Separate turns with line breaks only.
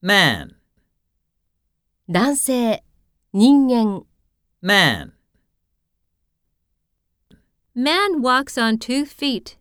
man,
男性、人間、
man.
Man walks on two feet.